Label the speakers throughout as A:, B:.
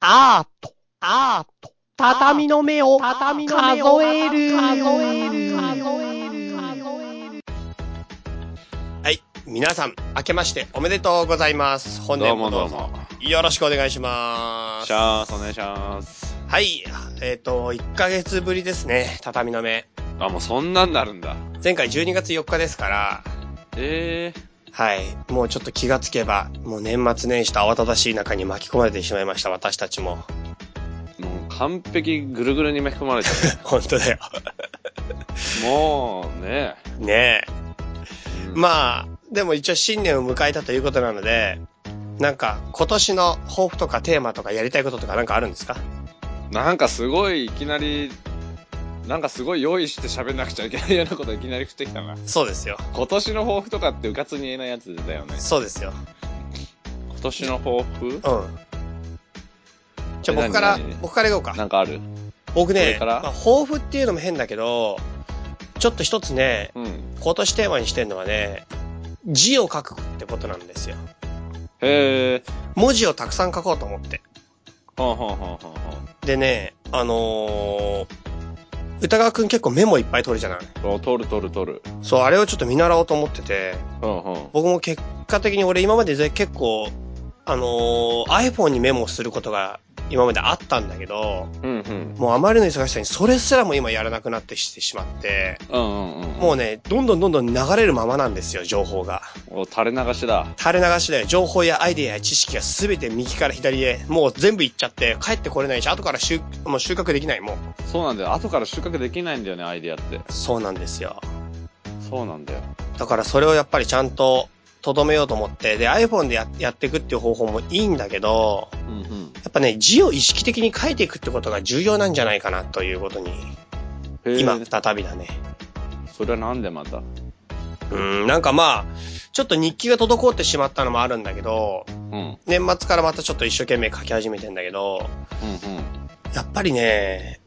A: アート、アート、畳の目を、畳の目を数える、数える、数える、数える。
B: はい。皆さん、明けましておめでとうございます。本
C: ど
B: 年
C: うも
B: も
C: ど
B: ど
C: う
B: うぞ。
C: も。
B: よろしくお願いします
C: シ。ャースお願いします。
B: はい。えっ、と、1ヶ月ぶりですね。畳の目。
C: あ、もうそんなんなるんだ。
B: 前回12月4日ですから、
C: え
B: はい。もうちょっと気がつけば、もう年末年始と慌ただしい中に巻き込まれてしまいました、私たちも。
C: ー、もう完璧ぐるぐるに巻き込まれてる。
B: 本当だよ。
C: もうね、
B: ねえ。
C: うん
B: まあ、でも一応新年を迎えたということなので、なんか今年の抱負とかテーマとかやりたいこととかなんかあるんですか
C: なんかすごいいきなり、なんかすごい用意して喋んなくちゃいけないようなこといきなり降ってきたな。
B: そうですよ。
C: 今年の抱負とかってうかつに言えないやつだよね。
B: そうですよ。
C: 今年の抱
B: う
C: 負
B: ん。じゃあ
C: え
B: 僕から
C: 何何、
B: 僕からいこうか。
C: なんかある
B: 僕
C: こ
B: ね
C: れ、
B: ま
C: から
B: あ、抱負っていうのも変だけど、ちょっと一つね、
C: うん。
B: 今年テーマにしてるのはね、字を書くってことなんですよ。
C: へえ。
B: 文字をたくさん書こうと思って。
C: ほんほんほんほんほん
B: でね、あのー、歌川くん結構メモいっぱい取るじゃない。
C: お。取る取る取る。
B: そう、あれをちょっと見習おうと思ってて、
C: うんうん。
B: 僕も結果的に俺今まで結構、あのー iPhone にメモすることが今まであったんだけど、
C: うんうん。
B: もうあまりの忙しさにそれすらも今やらなくなってしてしまって、
C: うんうんうん。
B: もうね、どんどんどんどん流れるままなんですよ、情報が。
C: お垂れ流しだ。
B: 垂れ流しで情報やアイデアや知識が全て右から左へ、もう全部いっちゃって、帰ってこれないし、後から収もう収穫できないもん。
C: そうなんだよ。後から収穫できないんだよね、アイディアって。
B: そうなんですよ。
C: そうなんだよ。
B: だからそれをやっぱりちゃんと、とどめようと思って、で、iPhone でややっていくっていう方法もいいんだけど、
C: うんうん。
B: やっぱね、字を意識的に書いていくってことが重要なんじゃないかなということに、
C: へえ
B: 今、再びだね。
C: それはなんでまた。
B: うん、なんかまあ、ちょっと日記が滞ってしまったのもあるんだけど、
C: うん。うん
B: 年末からまたちょっと一生懸命書き始めてんだけど、
C: うん。
B: やっぱりね、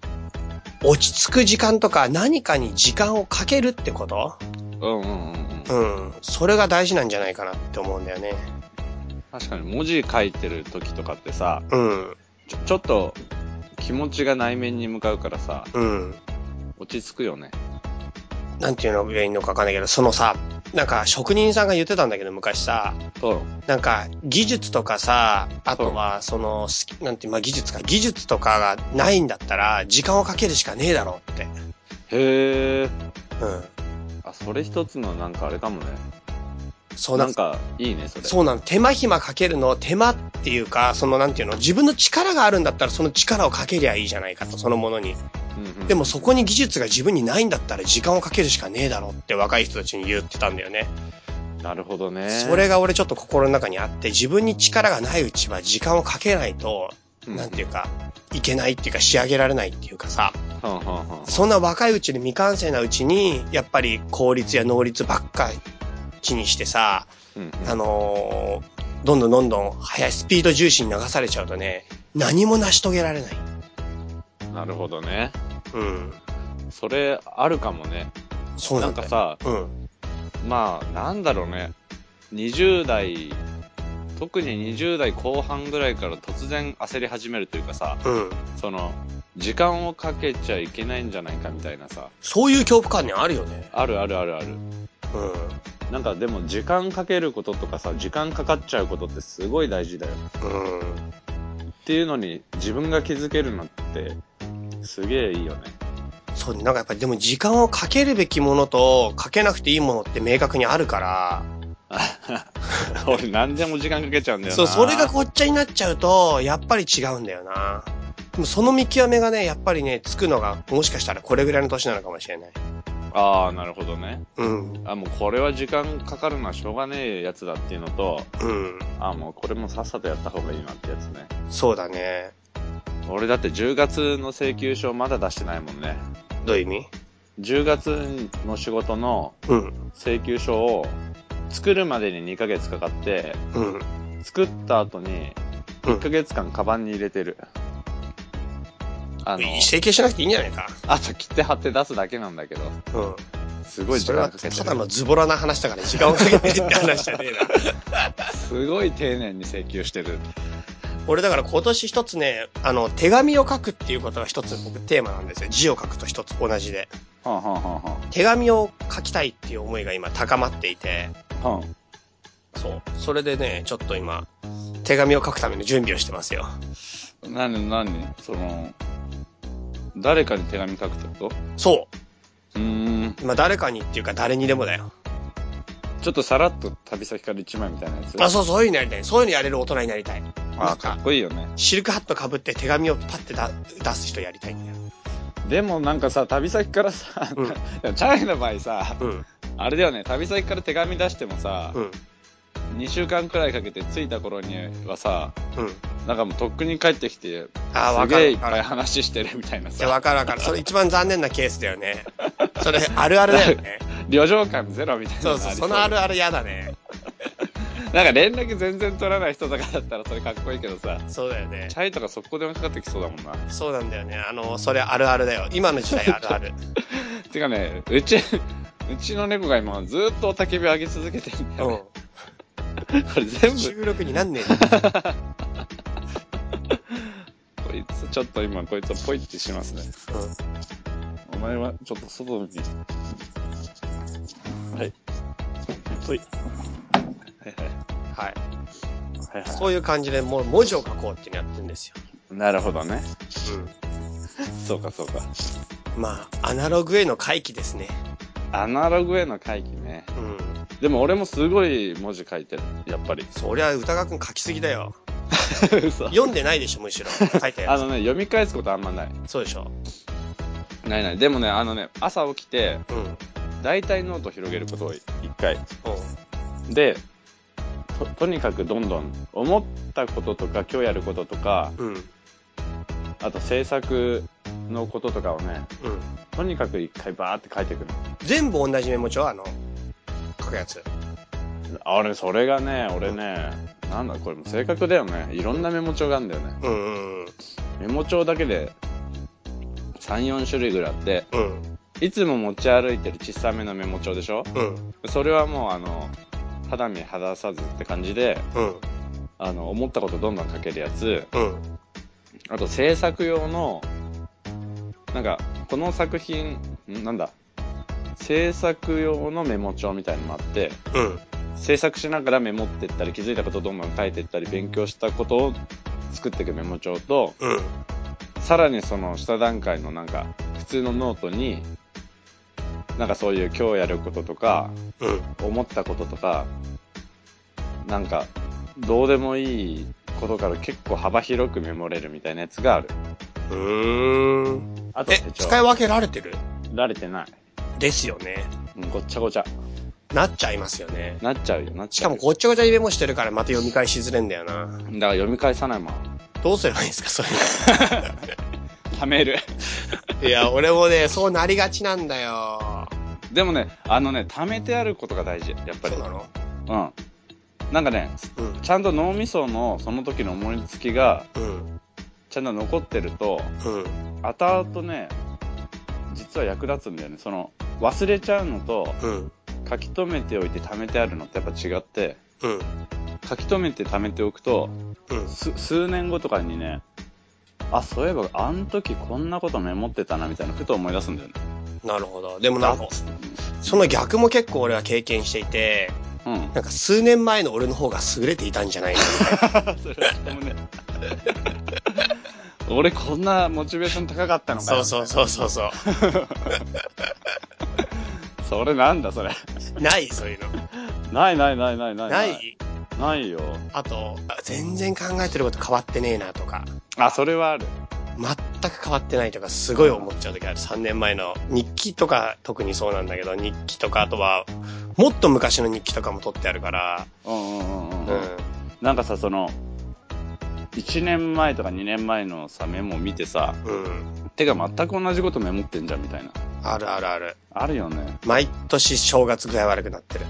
B: 落ち着く時間とか何かに時間をかけるってこと
C: うんうんうんうん。
B: うん、それが大事なんじゃないかなって思うんだよね。
C: 確かに文字書いてる時とかってさ、
B: うん、
C: ちょちょっと気持ちが内面に向かうからさ、
B: うん。
C: 落ち着くよね。
B: なんていうのがいいのかわかんないけど、そのさ、なんか職人さんが言ってたんだけど、昔さ、
C: そう。
B: なんか技術とかさ、あとはその、好きなんて、まあ技術か、技術とかがないんだったら、時間をかけるしかねえだろうって。
C: へえ。
B: うん。
C: あ、それ一つのなんかあれかもね。
B: そう
C: な
B: なんんか、
C: か、いいね、それ。
B: そうなの。手間暇かけるの、手間っていうか、そのなんていうの、自分の力があるんだったらその力をかけりゃいいじゃないかと、そのものに。
C: うんうん
B: でもそこに技術が自分にないんだったら時間をかけるしかねえだろうって若い人たちに言ってたんだよね。
C: なるほどね。
B: それが俺ちょっと心の中にあって、自分に力がないうちは時間をかけないと、
C: うん、
B: なんていうか、いけないっていうか仕上げられないっていうかさ、
C: はんはんはん。
B: そんな若いうちに未完成なうちに、やっぱり効率や能率ばっかり気にしてさ、
C: うんうん
B: あのーどんどんどんどん速いスピード重視に流されちゃうとね、何も成し遂げられない。
C: なるほどね。
B: うん。
C: それ、あるかもね。
B: そう
C: な
B: なん
C: ん
B: だよ。
C: かさ、
B: うん。
C: まあ、なんだろうね。20代、特に20代後半ぐらいから突然焦り始めるというかさ、
B: うん。
C: その、時間をかけちゃいけないんじゃないかみたいなさ、
B: そういう恐怖観念あるよね。
C: あるあるあるある。
B: うん。
C: なんかでも時間かけることとかさ、時間かかっちゃうことってすごい大事だよ。
B: うん。
C: っていうのに自分が気づけるのって、すげえいいよね。
B: そうね。なんかやっぱりでも時間をかけるべきものと、かけなくていいものって明確にあるから、
C: 俺何でも時間かけちゃうんだよな。
B: そう、それがごっちゃになっちゃうと、やっぱり違うんだよな。でもその見極めがね、やっぱりね、つくのが、もしかしたらこれぐらいの年なのかもしれない。
C: ああ、なるほどね。
B: うん、
C: あ、もうこれは時間かかるのはしょうがねえやつだっていうのと、
B: うん、
C: あ、もうこれもさっさとやった方がいいなってやつね。
B: そうだね。
C: 俺だって10月の請求書まだ出してないもんね。
B: どういう意味
C: 10月の仕事の
B: うん、
C: 請求書を作るまでに2ヶ月かかって、
B: うん。
C: 作った後に1ヶ月間カバンに入れてる。あの、
B: 請求しなくていいんじゃないか。
C: あと切って貼って出すだけなんだけど、
B: うん。
C: すごい時
B: それは
C: 間かけて
B: ただ
C: る。
B: のズボラな話だから 時間をかけてって話じゃねえな。
C: すごい丁寧に請求してる。
B: 俺だから今年一つね、あの、手紙を書くっていうことが一つ僕テーマなんですよ。字を書くと一つ同じで。
C: はんはんはんは
B: 手紙を書きたいっていう思いが今高まっていて、
C: ん。はん。
B: そう。それでね、ちょっと今、手紙を書くための準備をしてますよ。
C: なになにその、誰かに手紙書くってこと
B: そう
C: ーん。
B: う。今誰かにっていうか誰にでもだよ。
C: ちょっとさらっと旅先から一枚みたいなやつ
B: あ、そう、そういうのやりたい。そういうのやれる大人になりたい。
C: あかっこいいよね。
B: シルクハット被って手紙をパッてだ出す人やりたいんだよ。
C: でもなんかさ、旅先からさ、
B: うん
C: チャイの場合さ、
B: うん。
C: あれだよね、旅先から手紙出してもさ
B: う、ん。
C: 2週間くらいかけて着いた頃にはさ、
B: うん。
C: なんかもうとっくに帰ってきて、
B: あーわか
C: すげえ
B: る
C: いっぱい話してるみたいない
B: や、わ
C: さ、
B: かるわかる。それ一番残念なケースだよね。それ、あるあるだよ ね。
C: 旅情感ゼロみたいな
B: そう
C: の
B: そう、
C: あり
B: そのあるある嫌だね。
C: なんか連絡全然取らない人とかだったらそれかっこいいけどさ、
B: そうだよね
C: チ。ャイとか速攻電話かかってきそうだもんな。
B: そうなんだよね。あの、それあるあるだよ。今の時代あるあ る。
C: てかね、うち、うちの猫が今ずーっとおたけび上げ続けてんだよ。
B: う
C: これ全
B: ん。
C: 部、
B: 収録になんね
C: こいつちょっと今こいつをポイってしますね。
B: え の。うん。
C: お前はちょっと外に。はい。
B: ほい
C: はい
B: は
C: はい。
B: い。
C: はいはい
B: そういう感じで、もう文字を書こうっていうのやってるんですよ。
C: なるほど
B: う
C: ね。
B: ん。
C: そうかそうか。
B: まあ、アナログへの回帰ですね。
C: アナログへの回帰ね。
B: うん。。
C: でも俺もすごい文字書いてる。やっぱり
B: そりゃ、歌川くん書きすぎだ よ。
C: 嘘
B: 読んでないでしょ、むしろ。書いた
C: あ
B: や
C: のね、読み返すことあんまない。
B: つ。そうでしょ。
C: ないない。でもね、あのね、朝起きて、
B: うん。うん。
C: 大体ノート広げることを一回。で、と、とにかくどんどん、思ったこととか、今日やることとか、
B: うん。
C: あと制作のこととかをね、
B: うん。
C: とにかく一回バーって書いていくの。
B: 全部同じメモ帳あの、書くやつ。
C: あれ、それがね、俺ね、なんだ、これも正確だよね。いろんなメモ帳があるんだよね。
B: うんうん
C: メモ帳だけで、3、4種類ぐらいあって、
B: うん。うん。
C: いつも持ち歩いてる小さめのメモ帳でしょ
B: うん。
C: それはもうあの、肌身離さずって感じで、
B: うん。
C: あの、思ったことどんどん書けるやつ、
B: うん。
C: あと制作用の、なんか、この作品、んなんだ、制作用のメモ帳みたいのもあって、
B: うん。
C: 制作しながらメモってったり、気づいたことをどんどん書いてったり、勉強したことを作っていくメモ帳と、
B: うん。
C: さらにその下段階のなんか、普通のノートに、なんかそういう今日やることとか、
B: うん。
C: 思ったこととか、なんか、どうでもいいことから結構幅広くメモれるみたいなやつがある。
B: うーん。
C: あと
B: え
C: 手、帳。
B: 使い分けられてる
C: られてない。
B: ですよね。
C: うんごっちゃごちゃ。
B: なっちゃいますよね。
C: なっちゃうよ、なっ
B: し
C: ちゃ
B: か
C: う
B: も
C: よ。
B: ごっちゃごちゃにメモしてるからまた読み返しづれんだよな。
C: だから読み返さないもん。
B: どうすればいいんですか、それ。
C: ためる。
B: いや、俺もね、そうなりがちなんだよ。
C: でもね、あのね、貯めてあることが大事。やっぱり。
B: そうなの
C: うん。なんかね、
B: うん。
C: ちゃんと脳みそのその時の思いつきが、
B: うん。
C: ちゃんと残ってると、
B: うん。
C: 後々ね、実は役立つんだよね。その、忘れちゃうのと、
B: うん。
C: 書き留めておいて貯めてあるのってやっぱ違って、
B: うん。
C: 書き留めて貯めておくと、
B: うん。
C: す数年後とかにね、あ、そういえば、あの時こんなことメモってたな、みたいな、ふと思い出すんだよね。
B: なるほど。でもなんか
C: あ、
B: その逆も結構俺は経験していて、
C: うん。
B: なんか数年前の俺の方が優れていたんじゃないか
C: それはでもね 俺こんなモチベーション高かったの
B: な。
C: か
B: そ
C: よ
B: うそうそうそうそ
C: それなんだそれ
B: う。ないそういうの。
C: ないないないないない
B: ない
C: ないよ
B: あと、あ全然考えてること変わってねえなとか、
C: あそれはある
B: 全く変わってないとか、すごい思っちゃう時ある。3年前の日記とか特にそうなんだけど、日記とか、あとは、もっと昔の日記とかも取ってあるから、
C: うんうんうんうん、
B: うん。
C: なんかさその1年前とか2年前のさメモ見てさ
B: うん。
C: てか全く同じことメモってんじゃんみたいな
B: あるあるある。
C: あるよね
B: 毎年正月具合悪くなってる。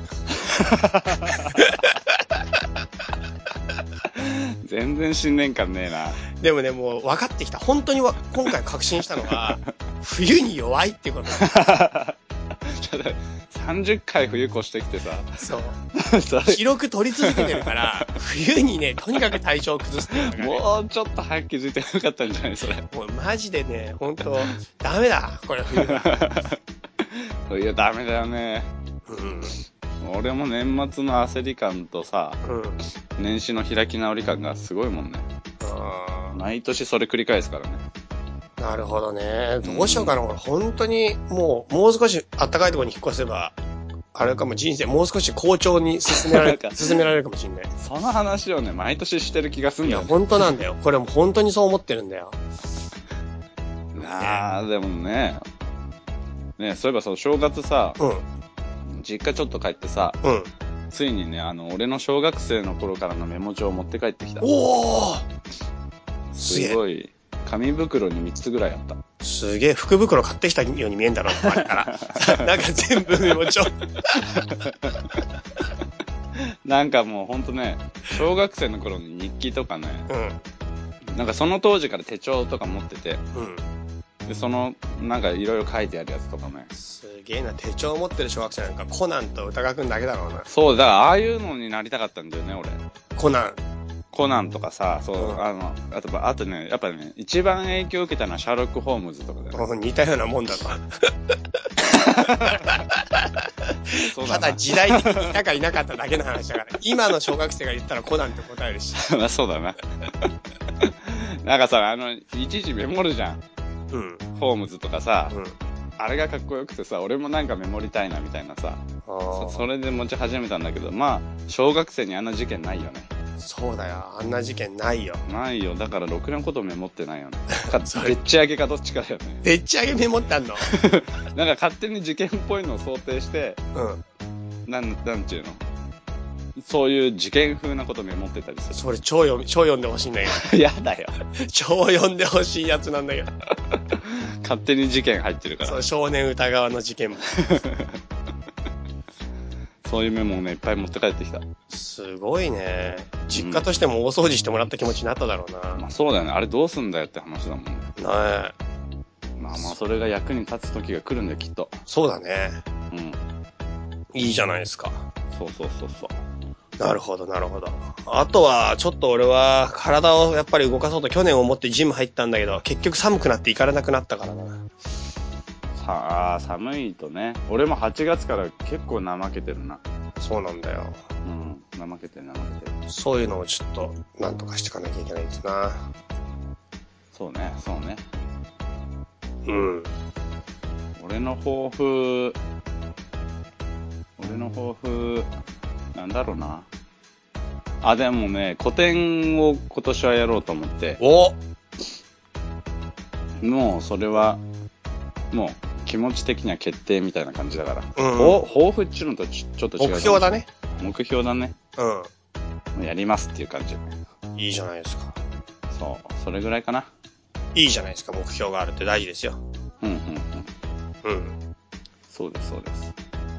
C: 全然新年感ねえな
B: でもね、もう分かってきた。 本当にわ今回確信したのは、冬に弱いっていうこと。
C: ちょっと30回冬越してきてさ、
B: そう。
C: それ
B: 記録取り続けてるから、冬にね、とにかく体調を崩すっていうのがね。
C: もうちょっと早く気づいてなかったんじゃないそれ。
B: もうマジでね、本当ダメだ、こ れ冬は。
C: いや、ダメだよね。
B: うん。
C: 俺も年末の焦り感とさ、
B: うん。
C: 年始の開き直り感がすごいもんね。
B: あ
C: 毎年それ繰り返すからね。
B: ーなるほどね。どうしようかな、これ本当に、もう、もう少し暖かいところに引っ越せば、あれかも人生もう少し好調に進められ
C: なん
B: る、
C: か
B: 進められるかもしれない。
C: その話をね、毎年してる気がすん
B: い
C: だ
B: や、
C: よ、ね。
B: 本当なんだよ。これも本当にそう思ってるんだよ。
C: なあ、でもね。ねそういえばその正月さ、
B: うん、
C: 実家ちょっと帰ってさ、
B: うん。
C: ついにね、あの、俺の小学生の頃からのメモ帳を持って帰ってきた。
B: おーすげ
C: す
B: え。
C: ごい。紙袋に3つぐらいあった。
B: すげえ、福袋買ってきたように見えんだろ、あれ から。なんか全部メモ帳。
C: なんかもうほんとね、小学生の頃に日記とかね、
B: うん、
C: なんかその当時から手帳とか持ってて、
B: うん。
C: で、その、なんかいろいろ書いてあるやつとかね。
B: すげえな、手帳持ってる小学生なんか、コナンと歌川くんだけだろうな。
C: そう、だからああいうのになりたかったんだよね、俺。
B: コナン。
C: コナンとかさ、そうう、
B: ん
C: あの、あと、あとね、やっぱね、一番影響を受けたのはシャーロック・ホームズとかだよね。
B: うん似たようなもんだと。
C: そう
B: た
C: だ
B: だ
C: な。
B: 時代的にいたかいなかっただけの話だから。今の小学生が言ったらコナンって答えるし。
C: まあ そうだな。なんかさ、あの、一時メモるじゃん。
B: うん、
C: ホームズとかさ、
B: うん。
C: あれがかっこよくてさ、俺もなんかメモりたいなみたいなさ、そ
B: そ
C: それで持ち始めたんだけど、まあ、小学生にあんな事件ないよね。
B: そうだよ、あんな事件ないよ。
C: ないよ。だから、ろくなことメモってない よね。か
B: それ
C: でっち上げかどっちかだよね。
B: でっち上げメモったんの
C: なんか勝手に事件っぽいのを想定して、
B: うん。
C: なん、なんていうのそういう事件風なことメモってたりす
B: それ超読み、超読んでほしいんだけ
C: る。 やだよ。
B: ど。超読んでほしいやつなんだけど。
C: 勝手に事件入ってるから。
B: そ、
C: そう
B: 少年歌川の事件も。
C: ういうメモをね、いっぱい持って帰ってきた。
B: すごいね。実家としても大掃除してもらった気持ちになっただろう
C: まあそうだよね。あれどうすんだよって話だもんね。
B: な。ねえ。
C: まあまあ、それが役に立つ時が来るんだよ、きっと。
B: そうだね。
C: うん。
B: いいじゃないですか。
C: そうそうそうそう。
B: なるほど、なるほど。あとは、ちょっと俺は、体をやっぱり動かそうと去年思ってジム入ったんだけど、結局寒くなって行かれなくなったからな。
C: さあ、寒いとね。俺も8月から結構怠けてるな。
B: そうなんだよ。
C: うん。怠けてる、怠けてる。
B: そういうのをちょっと、なんとかしていかなきゃいけないですな。
C: そうね、そうね。
B: うん。
C: 俺の抱負、俺の抱負、なんだろうな。あ、でもね、古典を今年はやろうと思って、
B: お
C: もうそれは、もう気持ち的には決定みたいな感じだから。
B: うん
C: お抱負っちゅうのとちちょっと違う。
B: 目標だ
C: ね。
B: ね。
C: 目標だね。
B: う
C: もうやりますっていう感じ。
B: ん。いいじゃないですか。
C: そう、それぐらいかな。
B: いいじゃないですか、目標があるって大事ですよ。
C: うんうんうん。
B: うん。
C: そうです、そうです。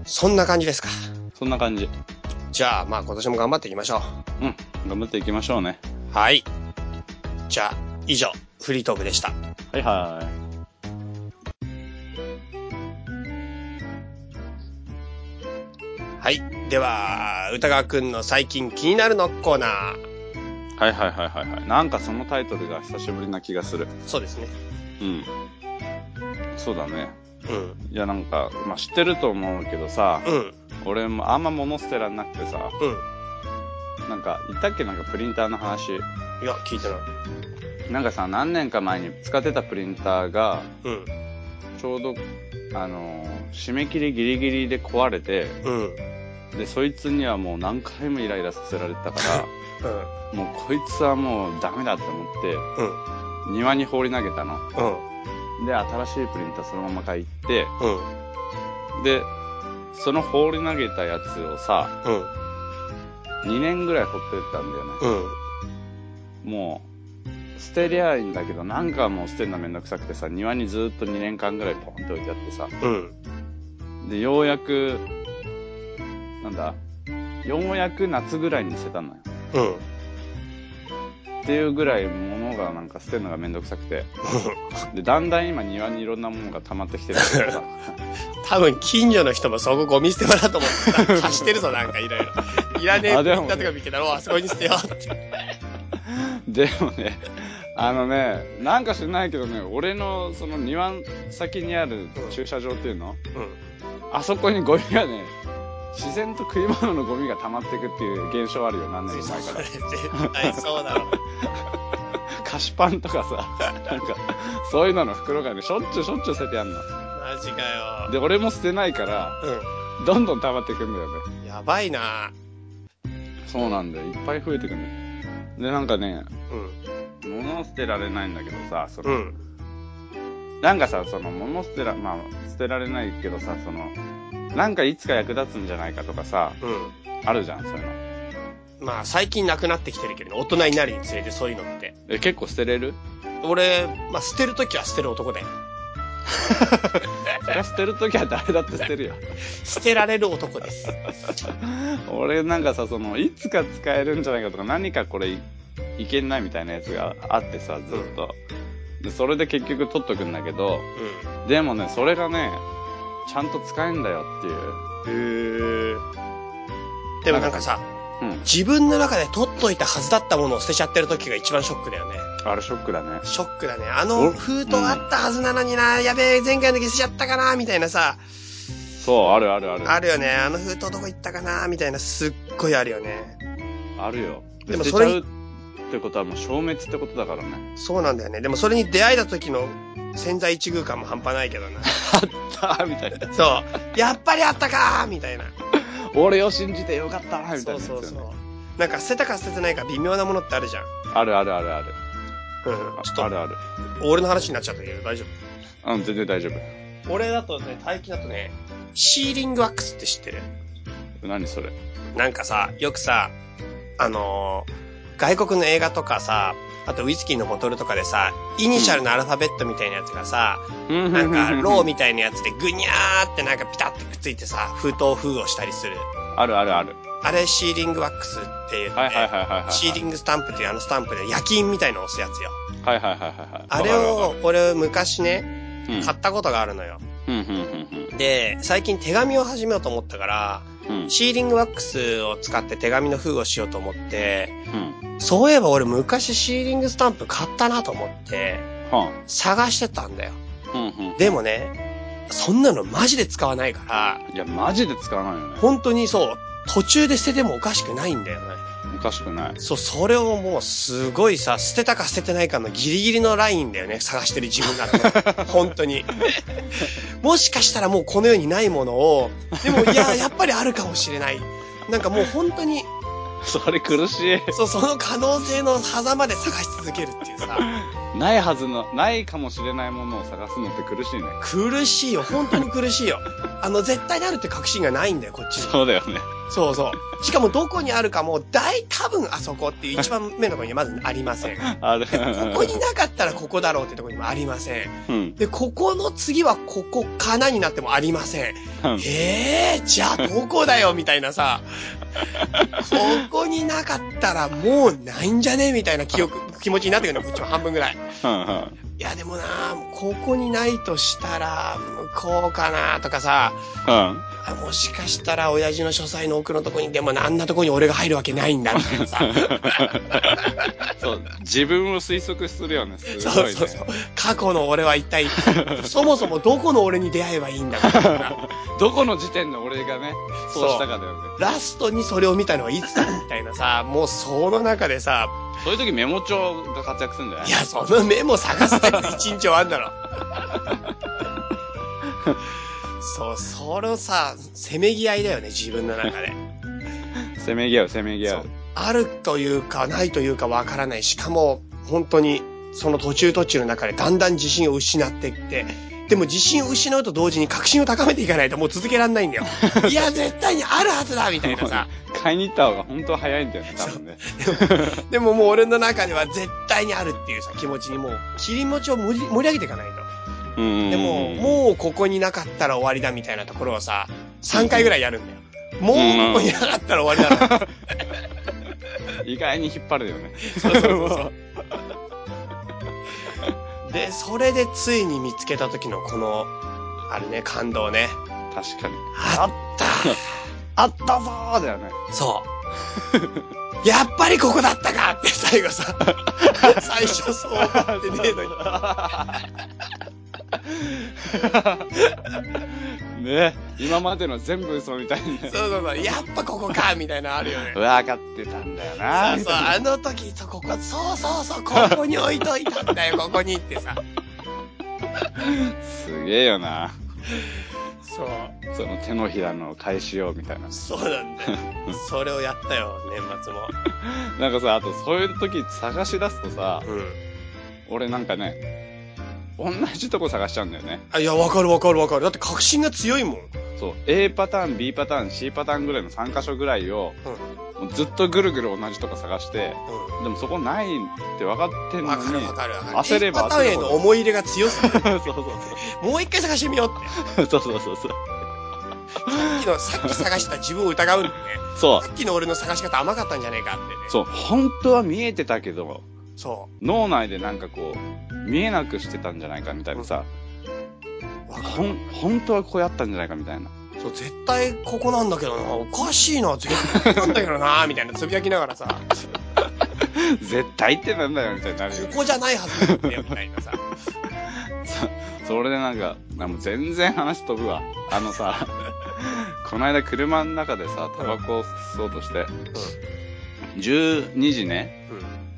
B: そんな感じですか。
C: そんな感じ。
B: じゃあ、まあ今年も頑張っていきましょ
C: うん。頑張っていきましょうね。
B: う。はい。じゃあ、以上、フリートークでした。
C: はいはい。
B: はい。では、歌川くんの最近気になるのコーナー。
C: はいはいはいはいはい。なんかそのタイトルが久しぶりな気がする。
B: そうですね。
C: うん。そうだね。
B: うん。
C: いやなんか、まあ、知ってると思うけどさ、
B: うん。
C: 俺もあんま物捨てらんなくてさ、
B: う
C: なんか、言ったっけなんかプリンターの話。
B: ん。いや、聞いてない。
C: なんかさ、何年か前に使ってたプリンターが、
B: うん。
C: ちょうど、あのー締め切りギリギリで壊れて、
B: うん。うん。
C: で、そいつにはもう何回もイライラさせられてたから、もうこいつはもうダメだって思って、
B: うん。
C: 庭に放り投げたの。
B: うん。
C: で、新しいプリンターそのまま買いって、
B: うん。
C: で、その放り投げたやつをさ、
B: うん。
C: 2年ぐらい放ってったんだよね。
B: うん。
C: もう、捨てりゃいいんだけど、なんかもう捨てるのめんどくさくてさ、庭にずーっと2年間ぐらいポンって置いてあってさ、
B: うん。
C: で、ようやく、なんだ、ようやく夏ぐらいに捨てたのよ。
B: うん。
C: っていうぐらい物がからなんか捨てるのがめんどくさくて。で、だんだん今庭にいろんなものが溜まってきてるんだけどさ。
B: 多分近所の人もそこゴミ捨て場だと思ってた 貸してるぞ、なんかいろいろ。いらねえ
C: あ
B: って
C: で
B: 言
C: も
B: ったとか見てたら、おうあそこに捨てようって。
C: でもね、あのね、なんか知らないけどね、俺のその庭先にある駐車場っていうの、
B: うん。
C: あそこにゴミがね、自然と食い物のゴミが溜まっていくっていう現象あるよ、何年も前
B: そ
C: か
B: れ
C: ら。
B: 絶対そうだろう。
C: 菓子パンとかさ、なんか、そういうのの袋がね、しょっちゅうしょっちゅう捨ててやんの。
B: マジかよ。
C: で、俺も捨てないから、どんどん溜まってくんだよね。
B: うん。やばいな
C: そうなんだよ。いっぱい増えてくんだよ。で、なんかね、
B: うん。
C: 物を捨てられないんだけどさ、そうの、
B: ん。
C: なんかさ、その、物捨てら、まあ、捨てられないけどさ、その、なんかいつか役立つんじゃないかとかさ、
B: うん。
C: あるじゃん、そういうの。
B: まあ最近なくなってきてるけどね、大人になるにつれてそういうのって。
C: え、結構捨てれる
B: 俺、まあ捨てるときは捨てる男だよ。
C: それは捨てるときは誰だって捨てる よ。
B: 捨てられる男です。
C: 俺なんかさ、その、いつか使えるんじゃないかとか、何かこれい、いけんないみたいなやつがあってさ、ずっと。で、それで結局取っとくんだけど、
B: う
C: でもね、それがね、ちゃんと使えんだよっていう。
B: ん。へでもなんかさ、
C: うん。
B: 自分の中で取っといたはずだったものを捨てちゃってる時が一番ショックだよね。
C: あれショックだね。
B: ショックだね。あ
C: お
B: の封筒あったはずなのにな、やべえ、前回の時捨てちゃったかな、みたいなさ、
C: そう、あるあるある。
B: あるよね。あの封筒どこ行ったかな、みたいな、すっごいあるよね。
C: あるよ。
B: でも
C: 捨て
B: そ
C: ち
B: れ
C: ゃうってことはもう消滅ってことだからね。
B: そうなんだよね。でもそれに出会えた時の潜在一遇感も半端ないけ どな。
C: あったみたいな。
B: そう。やっぱりあったかーみたいな。
C: 俺を信じてよかったみたいなやつ
B: そ
C: よ
B: う
C: ね。
B: そうそう。なんか捨てたか捨ててないか微妙なものってあるじゃん。
C: あるあるあるある。
B: うん。ちょ
C: あ
B: っ
C: るある。
B: と、俺の話になっちゃったけど大丈夫。
C: うん、全然大丈
B: 俺だとね、大気だとね、シーリングワックスって知ってる
C: 夫。何それ。
B: なんかさ、よくさ、あのー外国の映画とかさ、あとウイスキーのボトルとかでさ、イニシャルのアルファベットみたいなやつがさ、なんかローみたいなやつでグニャーってなんかピタってくっついてさ、封筒封をしたりする。
C: あるあるある。
B: あれシーリングワックスって言って、
C: はいはいはいはいはい。
B: シーリングスタンプっていうあのスタンプで夜勤みたいのを押すやつよ。
C: はいはいはいはいはい。
B: あれ
C: わ
B: を、俺昔ね、
C: かるわか
B: 買ったことがあるのよ。
C: る、うん、うん、うん、
B: で、最近手紙を始めようと思ったから、
C: うん、うん。
B: シーリングワックスを使って手紙の封をしようと思って、
C: うん。
B: そういえば俺昔シーリングスタンプ買ったなと思って、
C: は
B: 探してたんだよ。
C: ん。うん、うん。
B: でもね、そんなのマジで使わないから、
C: いや、マジで使わないよね。
B: 本当にそう、途中で捨ててもおかしくないんだよね。
C: おかしくない。
B: そう、それをもうすごいさ、捨てたか捨ててないかのギリギリのラインだよね、探してる自分だと。本当に。もしかしたらもうこの世にないものを、でもいや、やっぱりあるかもしれない。なんかもう本当に、
C: それ苦し
B: そう、その可能性の狭間で探し続けるっていうさ、
C: い。ないはずの、ないかもしれないものを探すのって苦しいね。
B: 苦しいよ、本当に苦しい よ。あの、絶対にあるって確信がないんだよ、こっちに。
C: そうだよね。
B: そうそう。しかもどこにあるかも、大多分あそこっていう一番目のところにはまずありません。こ
C: ある。
B: こになかったらここだろうってところにもありません。
C: うん。
B: で、ここの次はここかなになってもありません。
C: うん
B: へえ、じゃあどこだよみたいなさ、ここになかったらもうないんじゃねみたいな記憶、気持ちになってくるの、こっちも半分ぐらい。
C: うん
B: いや、でもなここにないとしたら、向こうかなとかさ、
C: うん。
B: あもしかしたら親父の書斎の奥のとこに、でもあんなとこに俺が入るわけないんだみたいなさ、
C: そう、自分を推測するよね。 すごい
B: そう
C: ね。
B: そうそう。過去の俺は一 体、そもそもどこの俺に出会えばいいんだみたいな。
C: どこの時点で俺がね、そうしたかだよね。
B: ラストにそれを見たのはいつだみたいなさ、もうその中でさ、
C: そういう時メモ帳が活躍するんじゃない
B: いや、そのメモ探すだけで一日終わん だろ。そう、そのさ、せめぎ合いだよね、自分の中で。
C: せめぎ合う、せめぎ合。
B: そうあるというか、ないというかわからない。しかも、本当に、その途中途中の中でだんだん自信を失っていって、でも自信を失うと同時に確信を高めていかないともう続けられないんだ よ。いや、絶対にあるはずだみたいなさ。
C: 買いに行った方が本当は早いんだよね、多分ね。
B: でももう俺の中では絶対にあるっていうさ、気持ちにもう、切り持ちを盛り盛り上げていかないと。
C: うん。
B: でも、もうここになかったら終わりだみたいなところをさ、3回ぐらいやるんだよ。もうここになかったら終わりだろ。
C: 意外に引っ張るよね。
B: そうそうそうそう。で、それでついに見つけた時のこの、あれね、感動ね。
C: 確かに。
B: あった
C: あったぞーだよね。
B: そう。やっぱりここだったかって最後さ、最初そう思ってねえのに。
C: ね今までの全部嘘みたいに。
B: そうそうそう、やっぱここかみたいなのあるよね。
C: わかってたんだよな
B: そうそう、あの時、そう、ここ、そうそうそう、ここに置いといたんだよ、ここにってさ。
C: すげえよな。
B: そう。
C: その手のひらの返しようみたいな。
B: そうなんだよ。それをやったよ、年末も。
C: なんかさ、あとそういう時探し出すとさ、
B: うん。
C: 俺なんかね、同じとこ探しちゃうんだよね。
B: あ、いや、わかるわかるわかる。だって確信が強いもん。
C: そう、A パターン、B パターン、C パターンぐらいの3箇所ぐらいを、もうずっとぐるぐる同じとこ探して、
B: う
C: でもそこないって分かってん
B: ん。
C: の
B: わ
C: に。
B: かるわかるわかる。
C: 焦れば
B: A パターンへの思い入れが強すぎる。
C: そうそう
B: もう一回探してみようって。
C: そう。そうそうそうそう。
B: さっきの、さっき探した自分を疑うん だね。
C: そう。
B: さっきの俺の探し方甘かったんじゃねえかってね。
C: そう、本当は見えてたけど、
B: そ
C: 脳内でなんかこう、見えなくしてたんじゃないかみたいなさ、
B: う。わか
C: ほ
B: る。
C: ん、本当はこうやったんじゃないかみたいな。
B: そう、絶対ここなんだけどな。おかしいな。絶対ここなんだけどな。みたいなつぶやきながらさ、
C: 絶対ってなんだよみたいになるよ
B: こ。こじゃないはずだってやっぱりさ。
C: それでなんか、あもう全然話飛ぶわ。あのさ、 この間車の中でさ、タバコを吸おうとして、12時ね、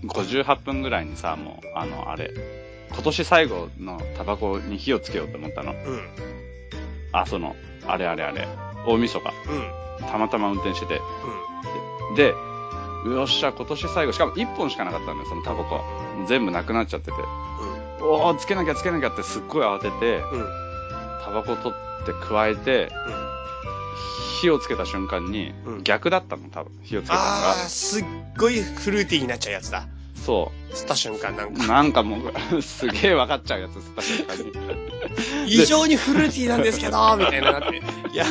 B: うん。
C: 58分ぐらいにさ、もう、あの、あれ、今年最後のタバコに火をつけようと思ったの。
B: うん。
C: あ、その、あれあれあれ、大晦日、
B: うん。うん。
C: たまたま運転してて、で、よっしゃ、今年最後、しかも1本しかなかったんだよ、そのタバコ。もう全部なくなっちゃってて。おー、つけなきゃつけなきゃってすっごい慌てて、
B: うん。うん。
C: タバコ取って加えて、火をつけた瞬間に
B: うん、
C: 逆だったの、多分。火をつけたの
B: あ
C: が。
B: ー、すっごいフルーティーになっちゃうやつだ。
C: そ
B: 吸った瞬間なん
C: う。
B: か、
C: なんかもう、 すげえ分かっちゃうやつ、吸った瞬間に。
B: 異常にフルーティーなんですけど、みたいななって。
C: いや、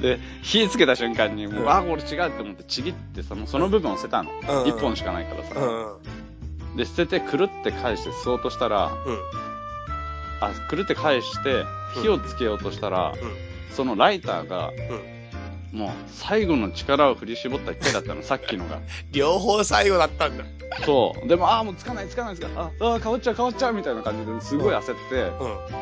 C: で、で、火つけた瞬間に、も
B: う
C: う、
B: ん
C: あー、これ違うって思ってちぎってさ、もうその部分を捨てたの。
B: うん
C: 一本しかないから
B: うん。
C: さ。
B: うん。
C: で、捨てて、くるって返して吸おうとしたら、
B: うん。
C: あ、くるって返して、火をつけようとしたら、そのライターが、
B: うん。
C: もう最後の力を振り絞った回だったの、さっきのが。
B: 両方最後だったんだ。
C: そう。でも、ああ、もうつかないつかないつかない。ああー、変わっちゃう変わっちゃうみたいな感じですごい焦って、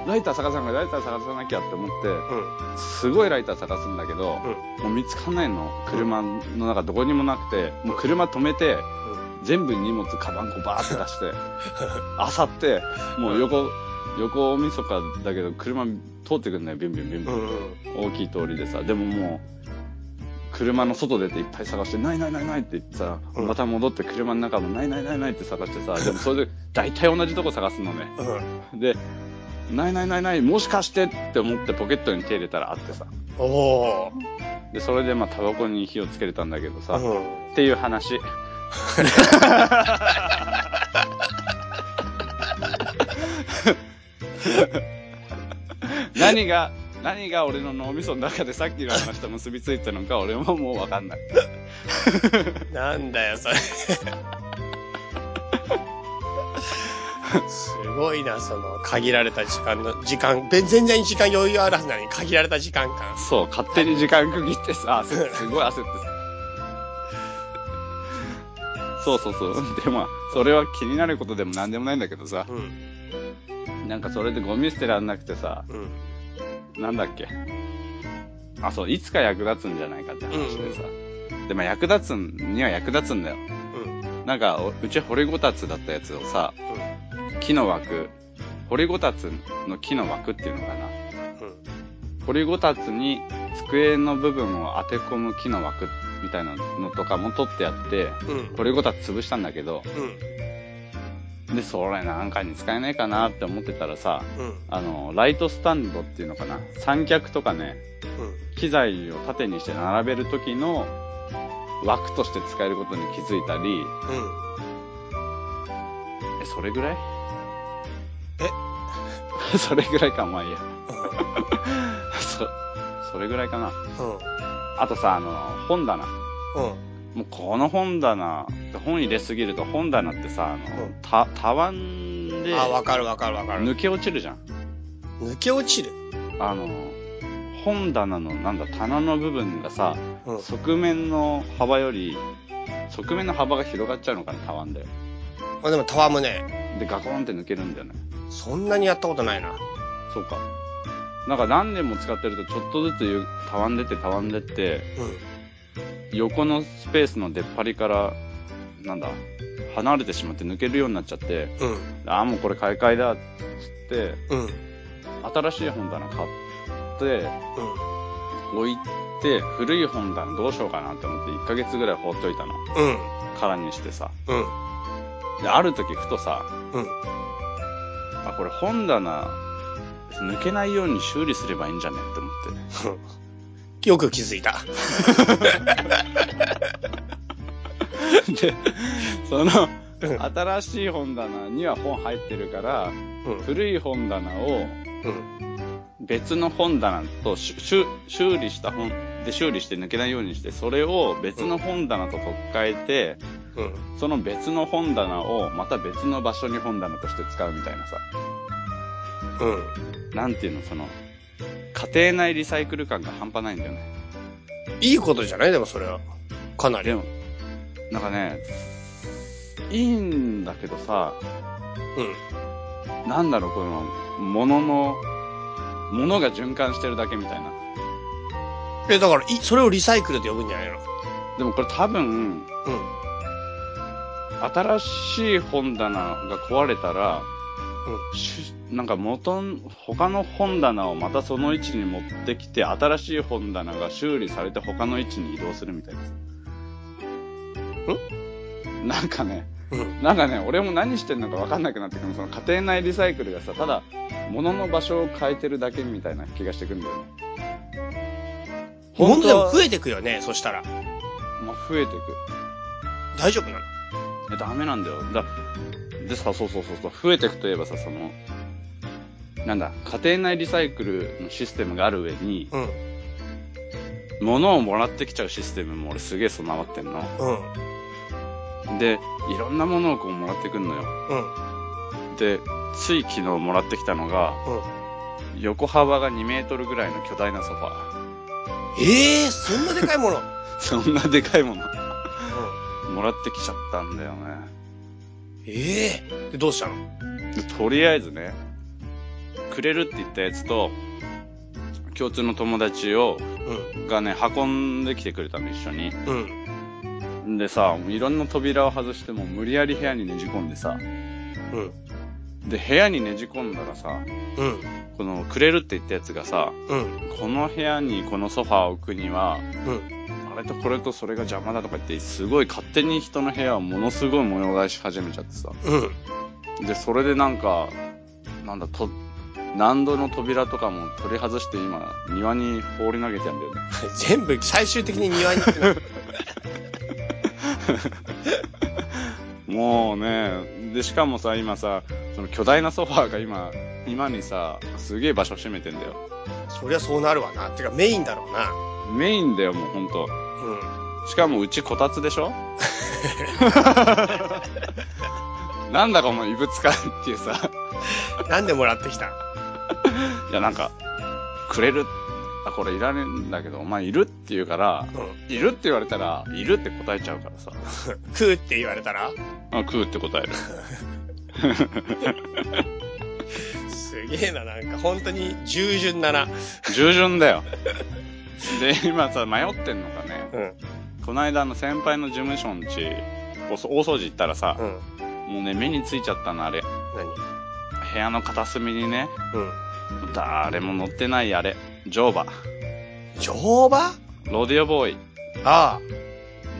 B: うん。
C: ライター探さなきゃ、ライター探さなきゃって思って、
B: うん。
C: すごいライター探すんだけど、もう見つかんないの。車の中どこにもなくて、もう車止めて、全部荷物、カバンこうバーって出して、あさって、もう横、横大晦日だけど、車通ってくんだよ、ビュンビュンビュンビ
B: う
C: ュン。
B: ん。うん。
C: 大きい通りでさでももう車の外出ていっぱい探して「ないないないない」って言ってさ、
B: うん
C: また戻って車の中も「ないないないない」って探してさでもそれで大体同じとこ探すのね
B: うん。
C: で「ないないないないもしかして」って思ってポケットに手入れたらあってさ
B: おー。
C: でそれでまあタバコに火をつけれたんだけどさ、っ
B: うん。
C: ていう話 何が何が俺の脳みその中でさっきの話と結びついたのか俺ももう分かんない
B: なんだよ、それ。すごいな、その、限られた時間の、時間、べ全然時間余裕あるはずなのに、限られた時間間。
C: そう、勝手に時間区切ってさ、すすごい焦ってさ。そうそうそう。で、まあ、それは気になることでも何でもないんだけどさ、
B: うん、
C: なんかそれでゴミ捨てらんなくてさ、
B: うん、
C: なんだっけ。あ、そう、いつか役立つんじゃないかって話でさ。で、まあ、役立つには役立つんだよ。
B: うん、
C: なんか、おうち掘りごたつだったやつをさ、木の枠、掘りごたつの木の枠っていうのかな。
B: うん、
C: 掘りごたつに机の部分を当て込む木の枠みたいなのとかも取ってやって、
B: うん、うん、
C: 掘りごたつ潰したんだけど、
B: うん、
C: で、それなんかに使えないかなって思ってたらさ、
B: うん、
C: あの、ライトスタンドっていうのかな、三脚とかね、機材を縦にして並べる時の枠として使えることに気づいたり、
B: うん。
C: え、それぐらいえ それぐらいか、まあいいや。そ、それぐらいかな。
B: うん、
C: あとさ、あの、本棚。
B: うん、
C: もうこの本棚、本入れすぎると本棚ってさ、あ
B: う
C: の、
B: ん
C: た、たわんんで、
B: あ、わかるわかるわかる。
C: 抜け落ちるじゃん。
B: 抜け落ちる。
C: あの、本棚の、なんだ、棚の部分がさ、
B: うん。
C: 側面の幅より、側面の幅が広がっちゃうのかな、たわんで。
B: あでも、たわむね。
C: で、ガコンって抜けるんだよね。
B: そんなにやったことないな。
C: そうか。なんか何年も使ってると、ちょっとずつゆたわんでってたわんでって、
B: う
C: 横のスペースの出っ張りから、なんだ、離れてしまって抜けるようになっちゃって、
B: ん。
C: ああ、もうこれ買い替えだっつって、
B: うん。うん。
C: 新しい本棚買って、
B: うん。
C: 置いて、古い本棚どうしようかなって思って1ヶ月ぐらい放っといたの。
B: うん。
C: 空にしてさ。
B: うん。
C: で、ある時ふとさ、
B: うん。
C: あ、これ本棚、抜けないように修理すればいいんじゃねって思って。
B: よく気づいた。
C: で、 その、
B: うん
C: 新しい本棚には本入ってるから、
B: うん。
C: 古い本棚を
B: うん。
C: 別の本棚とし修修理した本で修理して抜けないようにして、それを別の本棚と取っ替えて、
B: うん。
C: その別の本棚をまた別の場所に本棚として使うみたいなさ、
B: うん。
C: なんていうの、その、家庭内リサイクル感が半端ないんだよね。
B: いいことじゃないでも、それは。かなり。
C: で
B: うん。
C: も、なんかね、いいんだけどさ、なんだろう、この、物の、物が循環してるだけみたいな。
B: え、だから、いそれをリサイクルと呼ぶんじゃないの
C: でもこれ多分、
B: うん。
C: 新しい本棚が壊れたら、
B: う
C: しなんか元の、他の本棚をまたその位置に持ってきて、新しい本棚が修理されて他の位置に移動するみたいです。んなんかね、
B: うん。
C: なんかね、俺も何してんのか分かんなくなってくるその家庭内リサイクルがさ、ただ、物の場所を変えてるだけみたいな気がしてくるんだよね。
B: ほん
C: 本
B: で
C: 当
B: も
C: は
B: 増えてくよね、そしたら。
C: まあ、増えていく。
B: 大丈夫なの
C: え、ダメなんだよ。だ、でさ、そうそうそうそう、増えていくといえばさ、その、なんだ、家庭内リサイクルのシステムがある上に、
B: うん。
C: 物をもらってきちゃうシステムも俺すげえ備わってんの。
B: うん。
C: で、いろんなものをこうもらってくんのよ。
B: うん。
C: で、つい昨日もらってきたのが、
B: うん。
C: 横幅が2メートルぐらいの巨大なソファ
B: ええー、そんなでかいもの。
C: ー。そ んなでかいもの、もらってきちゃったんだよね。
B: ええー。で、どうしたの
C: でとりあえずね、くれるって言ったやつと、共通の友達を、
B: う
C: がね、運んできてくれたの、一緒に。
B: ん。うん。
C: んでさ、いろんな扉を外してもう無理やり部屋にねじ込んで
B: う
C: さ、
B: ん。
C: で、部屋にねじ込んだらさ、
B: うん。
C: この、くれるって言ったやつがさ、
B: うん。
C: この部屋にこのソファーを置くには、
B: うん。
C: あれとこれとそれが邪魔だとか言って、すごい勝手に人の部屋をものすごい模様替えし始めちゃってさ。
B: うん。
C: で、それでなんか、なんだ、と、難度の扉とかも取り外して今、庭に放り投げてんだよね。
B: 全部最終的に庭に行ってな
C: もうね、で、しかもさ、今さ、その巨大なソファーが今、今にさ、すげえ場所占めてんだよ。
B: そりゃそうなるわな。てかメインだろうな。
C: メインだよ、もうほんと。
B: う
C: しかもうちこたつでしょなんだこの異物感っていうさ。
B: ん。なんでもらってきた
C: いや、なんか、くれる。あ、これいらねえんだけど、お前いるって言うから、
B: う
C: いるって言われたら、いるって答えちゃうからさ。
B: ん。食うって言われたら
C: あ、食うって答える。
B: すげえな、なんか本当に従順だな。
C: 従順だよ。で、今さ、迷ってんのかね。
B: うん。
C: この間、あの、先輩の事務所のち、おそ大掃除行ったらさ、
B: うん。
C: もうね、目についちゃったの、あれ。部屋の片隅にね、
B: 何うん。
C: 誰も乗ってないあれ。乗馬。
B: 乗馬あ
C: ロデオボーイ。
B: あ。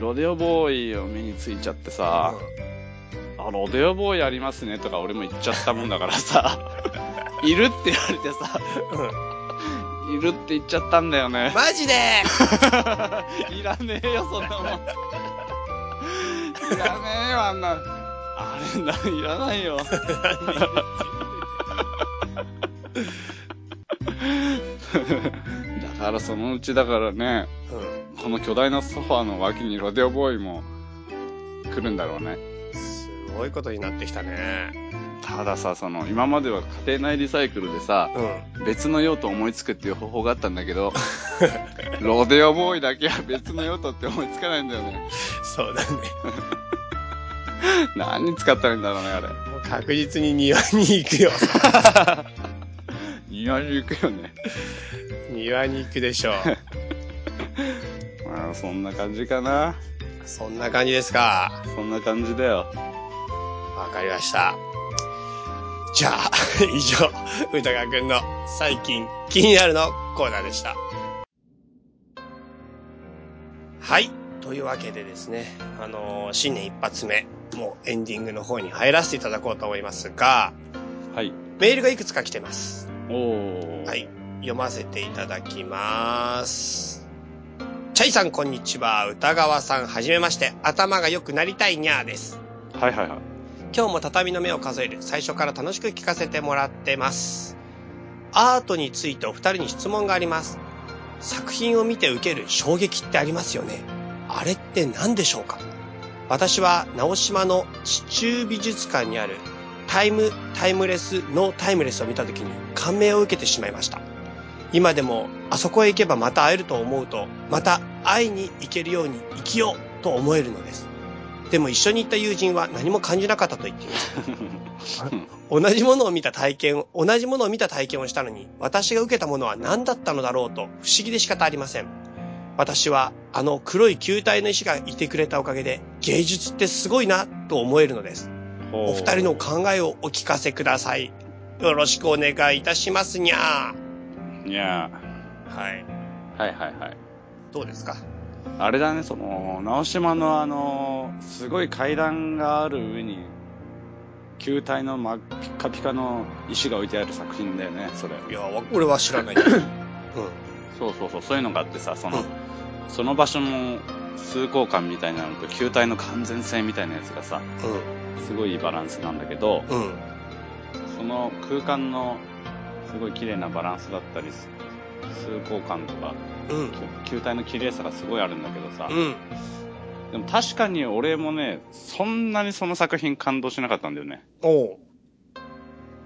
C: ロデオボーイを目についちゃってさ、あ、ロデオボーイありますねとか俺も言っちゃったもんだから さ、いるって言われてさ、
B: うん。うん。
C: いるって言っちゃったんだよね。
B: マジで
C: いらねえよ、そんなもん。いらねえよ、あんな。あれな、いらないよ。だからそのうちだからね、
B: う
C: この巨大なソファーの脇にロデオボーイも来るんだろうね。
B: ん。すごいことになってきたね。
C: たださ、その、今までは家庭内リサイクルでさ、
B: うん。
C: 別の用途を思いつくっていう方法があったんだけど、ロデオボーイだけは別の用途って思いつかないんだよね。
B: そうだね。
C: 何に使ったらいいんだろうね、あれ。
B: もう確実に庭に行くよ。
C: 庭に行くよね。
B: 庭に行くでしょう。
C: まあ、そんな感じかな。
B: そんな感じですか。
C: そんな感じだよ。
B: わかりました。じゃあ、 以上、歌川くんの最近気になるのコーナーでした。はい。というわけでですね、あのー新年一発目、もうエンディングの方に入らせていただこうと思いますが、
C: はい。
B: メールがいくつか来てます。
C: おー。
B: はい。。読ませていただきます。チャイさんこんにちは。歌川さんはじめまして。頭が良くなりたいにゃーです。
C: はいはいはい。
B: 今日も畳の目を数える最初から楽しく聞かせてもらってますアートについてお二人に質問があります作品を見て受ける衝撃ってありますよねあれって何でしょうか私は直島の地中美術館にあるタイム、タイムレス、ノータイムレスを見た時に感銘を受けてしまいました今でもあそこへ行けばまた会えると思うとまた会いに行けるように生きようと思えるのですでも一緒に行った友人は何も感じなかったと言っています。 同じものを見た体験を、同じものを見た体験をしたのに、私が受けたものは何だったのだろうと不思議で仕方ありません。私はあの黒い球体の石がいてくれたおかげで芸術ってすごいなと思えるのです。お
C: お
B: 二人のお考えをお聞かせください。よろしくお願いいたしますにゃ
C: の。いや
B: ー。はい。
C: ーはいはいはい。
B: どうですか
C: あれだね、その、直島のあの、すごい階段がある上に、球体の真っピカピカの石が置いてある作品だよね、それ。
B: いや、わ俺は知らない。うん。
C: そうそうそう、そういうのがあってさ、その、
B: うん
C: その場所の崇高感みたいなのと球体の完全性みたいなやつがさ、すごいいいバランスなんだけど、
B: うん。うん。
C: その空間のすごい綺麗なバランスだったり、崇高感とか、
B: うん。
C: 球体の綺麗さがすごいあるんだけどさ、
B: うん。
C: でも確かに俺もね、そんなにその作品感動しなかったんだよね。
B: おう。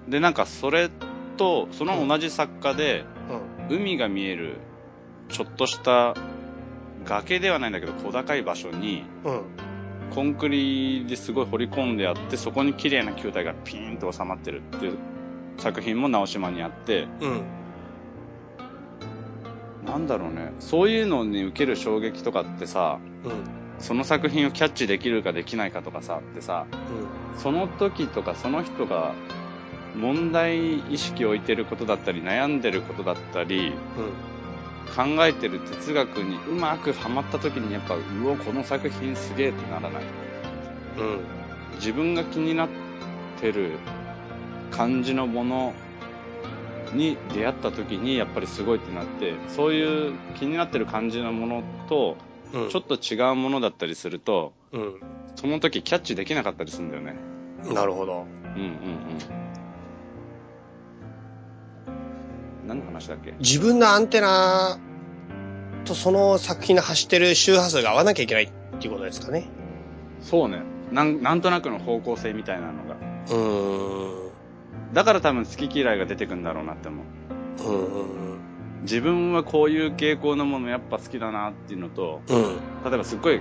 C: で、なんかそれと、その同じ作家で、
B: うん。
C: 海が見える、ちょっとした崖ではないんだけど、小高い場所に、
B: うん。
C: コンクリですごい掘り込んであって、そこに綺麗な球体がピーンと収まってるっていう作品も直島にあって、
B: うん。
C: なんだろうね、そういうのに受ける衝撃とかってさ、
B: うん。
C: その作品をキャッチできるかできないかとかさ、ってさ、その時とかその人が問題意識を置いてることだったり、悩んでることだったり、
B: う
C: 考えてる哲学にうまくはまった時にやっぱ、うお、この作品すげえってならない。
B: ん。うん。
C: 自分が気になってる感じのものに出会った時にやっぱりすごいってなってそういう気になってる感じのものと
B: うん。
C: ちょっと違うものだったりすると
B: う
C: その時キャッチできなかったりするんだよね
B: ん。なるほど。
C: うんうんうん何の話だっけ
B: 自分のアンテナとその作品の発してる周波数が合わなきゃいけないっていうことですかね。
C: そうねなんなんとなくの方向性みたいなのが
B: うーん。
C: だから多分好き嫌いが出てくんだろうなって思う
B: うんうん
C: 自分はこういう傾向のものやっぱ好きだなっていうのと
B: うん。うん。
C: 例えばすっごい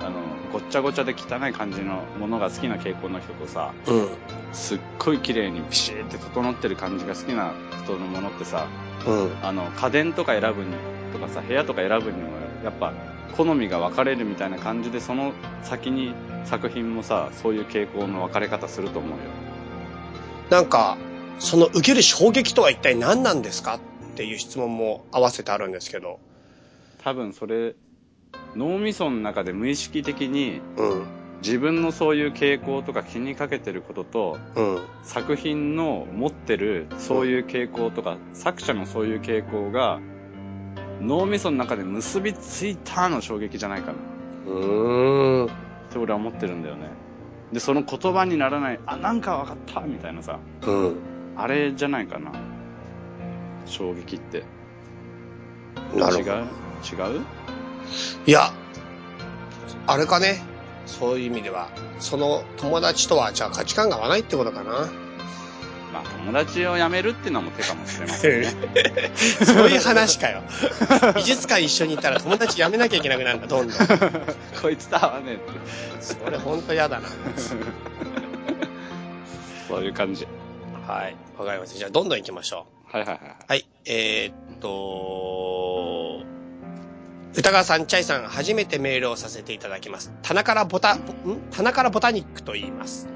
C: あのごっちゃごちゃで汚い感じのものが好きな傾向の人とさ
B: うん。
C: すっごい綺麗にピシーって整ってる感じが好きな人のものってさ
B: うん。
C: あの家電とか選ぶにとかさ部屋とか選ぶにもやっぱ好みが分かれるみたいな感じでその先に作品もさそういう傾向の分かれ方すると思うよ
B: なんか、その受ける衝撃とは一体何なんですかっていう質問も合わせてあるんですけど。
C: 多分それ脳みその中で無意識的に
B: うん。
C: 自分のそういう傾向とか気にかけてることと
B: うん。
C: 作品の持ってるそういう傾向とか、作者のそういう傾向が脳みその中で結びついたの衝撃じゃないかなっ
B: うーん。
C: て俺は思ってるんだよねでその言葉にならないあなんか分かったみたいなさ
B: うん。
C: あれじゃないかな衝撃って
B: なるほ
C: 違
B: ど。
C: う違う
B: いや、あれかね。そういう意味では、その友達とは、じゃあ価値観が合わないってことかな。
C: まあ、友達を辞めるっていうのも手かもしれませんね。
B: そういう話かよ。美術館一緒にいたら友達辞めなきゃいけなくなるんだ、どんどん。
C: こいつと合わねえって。
B: それほんと嫌だな。
C: そういう感じ。
B: はい。わかりました。じゃあ、どんどん行きましょう。
C: はいはいはいはい。
B: はい。えーっと、歌川さん、チャイさん、初めてメールをさせていただきます。棚からボタ、ん棚からボタニックと言います。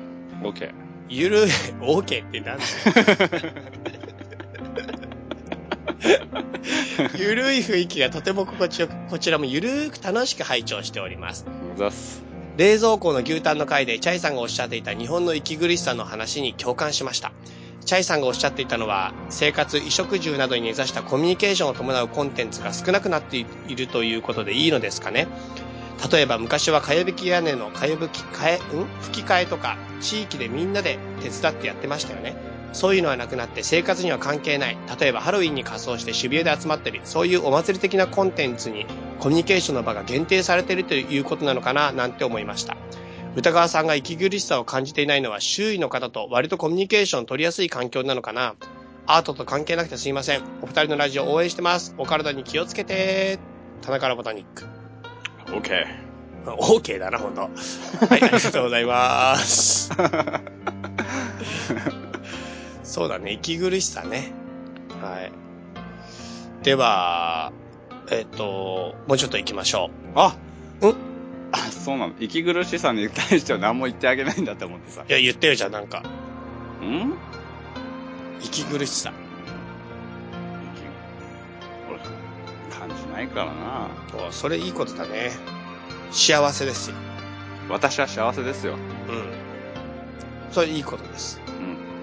C: OK。
B: ゆる、オーケーってなんだよゆるい雰囲気がとても心地よく、こちらもゆるーく楽しく拝聴しております。
C: ざっす。
B: 冷蔵庫の牛タンの回でチャイさんがおっしゃっていた日本の息苦しさの話に共感しました。チャイさんがおっしゃっていたのは、生活、衣食住などに根ざしたコミュニケーションを伴うコンテンツが少なくなっているということでいいのですかね例えば昔はかやぶき屋根のかやぶき替え、ん吹き替えとか、地域でみんなで手伝ってやってましたよね。そういうのはなくなって生活には関係ない。例えばハロウィンに仮装して渋谷で集まったり、そういうお祭り的なコンテンツにコミュニケーションの場が限定されているということなのかななんて思いました。歌川さんが息苦しさを感じていないのは周囲の方と割とコミュニケーションを取りやすい環境なのかなアートと関係なくてすいません。お二人のラジオ応援してます。お体に気をつけて。田中らボタニック。
C: OK。
B: OK だな、ほんと。はい、ありがとうございます。そうだね、息苦しさね。はい。では、えっ、と、もうちょっと行きましょ
C: あ
B: ん
C: あ、そうなの。息苦しさに対しては何も言ってあげないんだって思ってさ。
B: う。いや、言ってよ、じゃあなんか。
C: ん
B: 息苦しさ。
C: 息俺、感じないからな。
B: おそれいいことだね。幸せですよ。
C: 私は幸せですよ。
B: うん。それいいことです。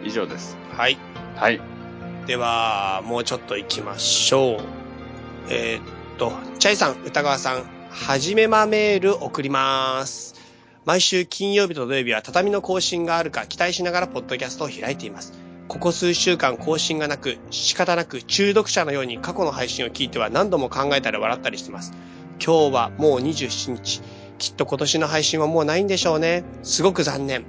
C: うん。以上です。
B: はい。
C: はい。
B: では、もうちょっと行きましょう。えーっと、チャイさん、歌川さん、はじめまメール送ります。毎週金曜日と土曜日は畳の更新があるか期待しながらポッドキャストを開いています。ここ数週間更新がなく、仕方なく中毒者のように過去の配信を聞いては何度も考えたり笑ったりしてます。今日はもう27日。きっと今年の配信はもうないんでしょうね。すごく残念。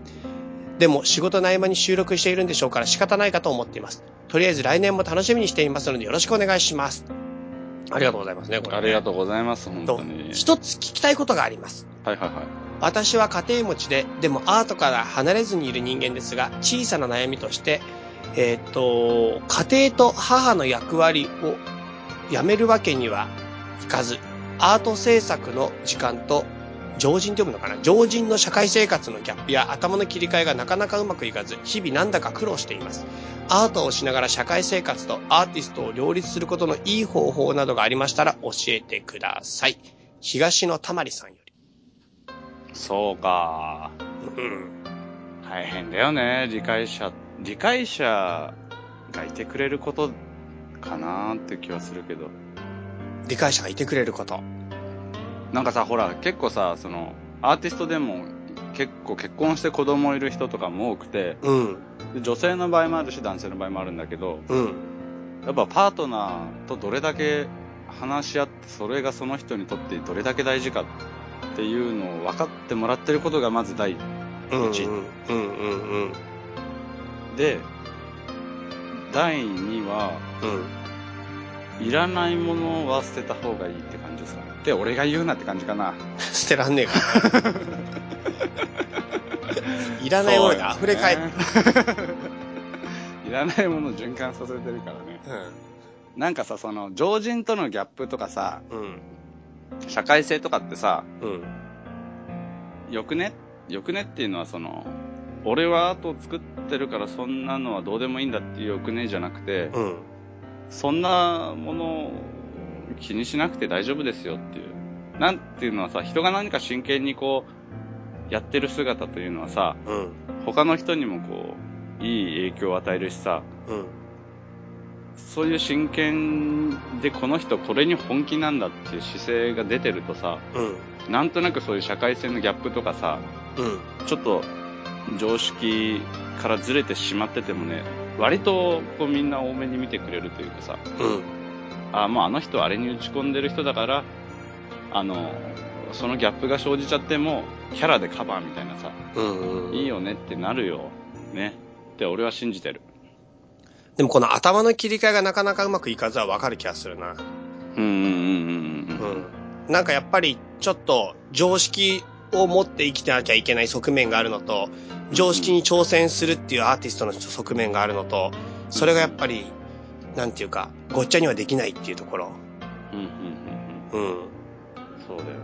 B: でも仕事の合間に収録しているんでしょうから仕方ないかと思っています。とりあえず来年も楽しみにしていますのでよろしくお願いします。ありがとうございますね、これ、
C: ありがとうございます、本当に。
B: 一つ聞きたいことがあります。
C: はいはいはい。
B: 私は家庭持ちで、でもアートから離れずにいる人間ですが、小さな悩みとして、えーっ、と、家庭と母の役割をやめるわけにはいかず、アート制作の時間と、常人と読むのかな常人の社会生活のギャップや頭の切り替えがなかなかうまくいかず、日々なんだか苦労しています。アートをしながら社会生活とアーティストを両立することのいい方法などがありましたら教えてください。東のたまりさんより。
C: そうか。
B: うん。
C: 大変だよね、理解者。理解者がいてくれることかなーって気はするけど。
B: 理解者がいてくれること。
C: なんかさ、ほら、結構さ、その、アーティストでも結構結婚して子供いる人とかも多くて、
B: うん、
C: で女性の場合もあるし、男性の場合もあるんだけど、
B: うん、
C: やっぱパートナーとどれだけ話し合って、それがその人にとってどれだけ大事かっていうのを分かってもらってることがまず第一
B: うん、
C: 一
B: うん、うん、うん、
C: で、第二は、
B: うん。
C: いらないものは捨てた方がいいって感じですかね。で、俺が言うなって感じかな。
B: 捨てらんねえから。いらないものが溢れ返る。
C: いらないものを循環させてるからね。
B: う
C: なんかさ、その、常人とのギャップとかさ、
B: ん、
C: 社会性とかってさ、
B: うん、
C: よくねよくねっていうのはその、俺はアートを作ってるからそんなのはどうでもいいんだっていうよくねじゃなくて、
B: うん。
C: そんなものを気にしなくて大丈夫ですよっていう。なんていうのはさ、人が何か真剣にこう、やってる姿というのはさ、
B: うん、
C: 他の人にもこう、いい影響を与えるしさ、
B: うん、
C: そういう真剣でこの人これに本気なんだっていう姿勢が出てるとさ、
B: うん、
C: なんとなくそういう社会性のギャップとかさ、
B: うん。
C: ちょっと常識からずれてしまっててもね、割とこうみんな多めに見てくれるというかさ、
B: うん、
C: あもうあの人はあれに打ち込んでる人だから、あの、そのギャップが生じちゃっても、キャラでカバーみたいなさ、
B: うんうん。
C: いいよねってなるよ。ね。って俺は信じてる。
B: でもこの頭の切り替えがなかなかうまくいかずはわかる気がするな。
C: うんうんうんうんうん。
B: うん。なんかやっぱりちょっと常識を持って生きてなきゃいけない側面があるのと、常識に挑戦するっていうアーティストの側面があるのと、それがやっぱり、なんていうか、ごっちゃにはできないっていうところ。
C: うんうんう
B: う
C: ん
B: ん。
C: うん。そうだよね。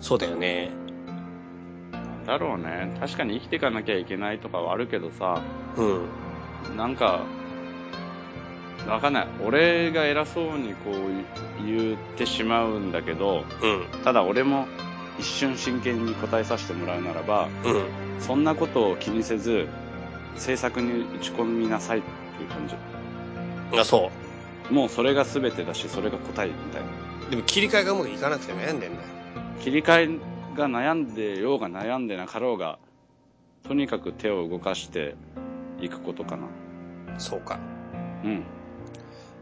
B: そうだよね。
C: なんだろうね。確かに生きていかなきゃいけないとかはあるけどさ、
B: うん。
C: なんか、わかんない。俺が偉そうにこう言ってしまうんだけど、
B: うん。
C: ただ俺も一瞬真剣に答えさせてもらうならば、
B: うん。
C: そんなことを気にせず、制作に打ち込みなさいっていう感じ。
B: あ、そ
C: もうそれが全てだし、それが答えみたいな。
B: う。でも切り替えがうまくいかなくて悩んでんだよ。
C: 切り替えが悩んでようが悩んでなかろうが、とにかく手を動かしていくことかな。
B: そうか。
C: うん。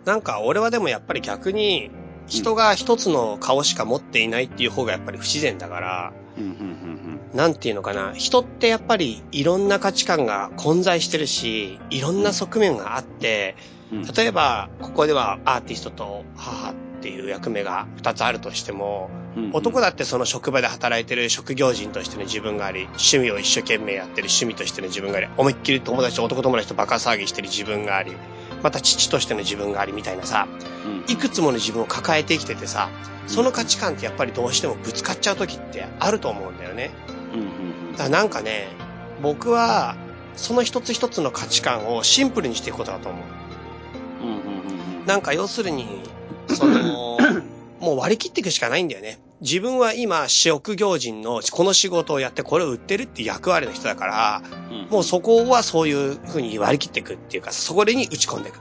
B: なんか俺はでもやっぱり逆に、人が一つの顔しか持っていないっていう方がやっぱり不自然だから、
C: うん、うん、うん、
B: なんていうのかな、人ってやっぱりいろんな価値観が混在してるし、いろんな側面があって、
C: うん。
B: 例えば、ここではアーティストと母っていう役目が2つあるとしても、
C: うん
B: 男
C: だ。
B: だってその職場で働いてる職業人としての自分があり、趣味を一生懸命やってる趣味としての自分があり、思いっきり友達と男友達とバカ騒ぎしてる自分があり、また父としての自分がありみたいなさ、
C: うん
B: いくつもの自分を抱えて生きててさ、その価値観ってやっぱりどうしてもぶつかっちゃう時ってあると思うんだよね。
C: うん、うん、
B: だからなんかね、僕は、その一つ一つの価値観をシンプルにしていくことだと思う。
C: うん。うん、うん、うん。
B: なんか要するに、その、もう割り切っていくしかないんだよね。自分は今、職業人のこの仕事をやってこれを売ってるって役割の人だから、
C: うん
B: もう、そこはそういう風に割り切っていくっていうか、そこに打ち込んでいく。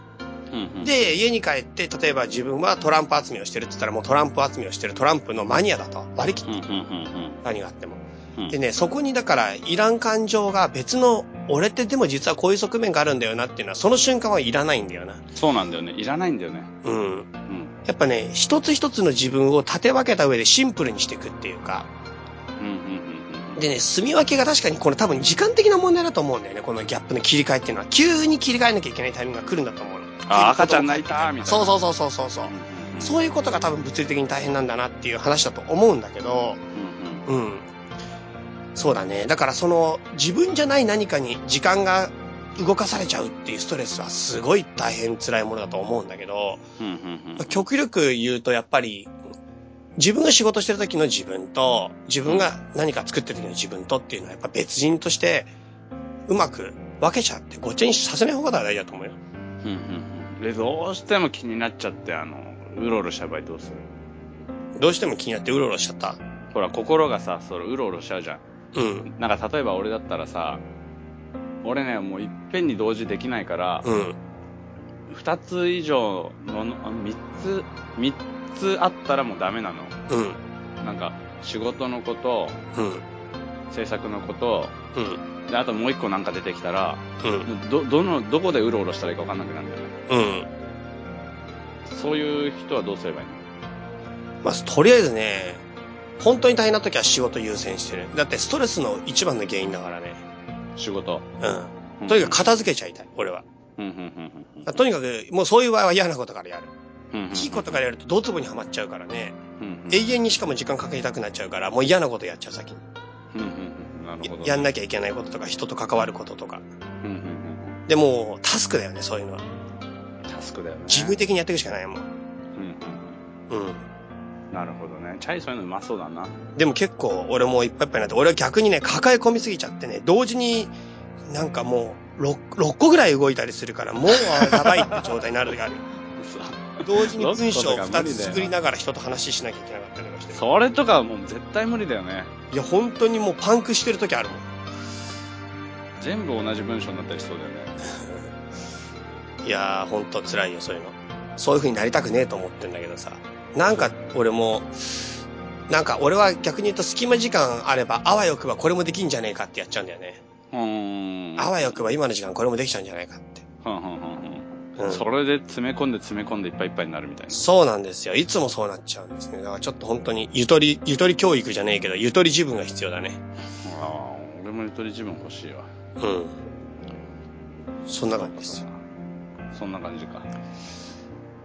C: うん、うん。
B: で、家に帰って、例えば自分はトランプ集めをしてるって言ったら、もうトランプ集めをしてるトランプのマニアだと。割り切っ
C: うん、うん、
B: 何があっても
C: うん。
B: でね、そこにだから、いらん感情が別の、俺ってでも実はこういう側面があるんだよなっていうのは、その瞬間はいらないんだよな。
C: うん。そうなんだよね。いらないんだよね。
B: うん。
C: うん。
B: やっぱね、一つ一つの自分を立て分けた上でシンプルにしていくっていうか。
C: うん、うん、うんうん。
B: でね、住み分けが確かにこれ多分時間的な問題だと思うんだよね、このギャップの切り替えっていうのは。急に切り替えなきゃいけないタイミングが来るんだと思うの。
C: あ、赤ちゃん泣いた、みたいな。
B: そうそうそうそうそうそう。
C: うん。
B: そういうことが多分物理的に大変なんだなっていう話だと思うんだけど、
C: うん、うん。
B: うん。そうだね。だからその自分じゃない何かに時間が動かされちゃうっていうストレスはすごい大変辛いものだと思うんだけど、
C: うん、うん、うん。
B: 極力言うとやっぱり自分が仕事してる時の自分と自分が何か作ってる時の自分とっていうのはやっぱ別人としてうまく分けちゃってごっちゃにさせない方が大事だと思うよ。
C: うんうんうんでどうしても気になっちゃってあのうろうろした場合どうする
B: どうしても気になってうろうろしちゃった。
C: ほら心がさそれうろうろしちゃうじゃ
B: うん。
C: んなんか例えば俺だったらさ俺ねもういっぺんに同時できないから、
B: うん。
C: 二2つ以上ののあ3つ3つあったらもうダメなの
B: うん。
C: なんか仕事のこと
B: うん。
C: 制作のこと
B: うん。
C: であともう一個なんか出てきたら
B: うん。
C: どどのどこでうろうろしたらいいか分かんなくなるんだよね
B: うん。
C: そういう人はどうすればいいの
B: まあ、とりあえずね、本当に大変な時は仕事優先してる。だってストレスの一番の原因だからね。
C: 仕事
B: うん。とにかく片付けちゃいたい、俺は。
C: うんうんうんうん
B: とにかく、もうそういう場合は嫌なことからやる。
C: うんうんうん
B: いいことからやると、ドツボにはまっちゃうからね。
C: うんうん
B: 永遠にしかも時間かけたくなっちゃうから、もう嫌なことやっちゃう先に。
C: うんうんうんなるほど。
B: やんなきゃいけないこととか、人と関わることとか。
C: うんうんうん
B: でも、タスクだよね、そういうのは。
C: うんタスクだよね。
B: 事務的にやっていくしかないもん。
C: うんうん
B: うん。
C: うんなるほどね。チャイそういうのうまそうだな。
B: でも結構俺もいっぱいいっぱいになって、俺は逆にね、抱え込みすぎちゃってね、同時になんかもう6、6個ぐらい動いたりするから、もうあやばいって状態になる 時あるよ。
C: そ
B: 同時に文章を
C: 6個と
B: 2
C: か無理だよ
B: つ作りながら人と話ししなきゃいけなかったりとかして。
C: それとかはもう絶対無理だよね。
B: いや、本当にもうパンクしてる時あるも
C: 全部同じ文章になったりしそうだよね。
B: ん。いやー、本当辛いよ、そういうの。そういう風になりたくねえと思ってんだけどさ。なんか俺も、なんか俺は逆に言うと隙間時間あれば、あわよくばこれもできんじゃねえかってやっちゃうんだよね。
C: うーん。
B: あわよくば今の時間これもできちゃうんじゃないかって。
C: ふんふんふんふん
B: うん
C: それで詰め込んで詰め込んでいっぱいいっぱいになるみたいな。
B: そうなんですよ。いつもそうなっちゃうんですね。だからちょっと本当に、ゆとり、ゆとり教育じゃねえけど、ゆとり自分が必要だね。
C: ああ、俺もゆとり自分欲しいわ。
B: うん。そんな感じですよ。
C: そんな感じか。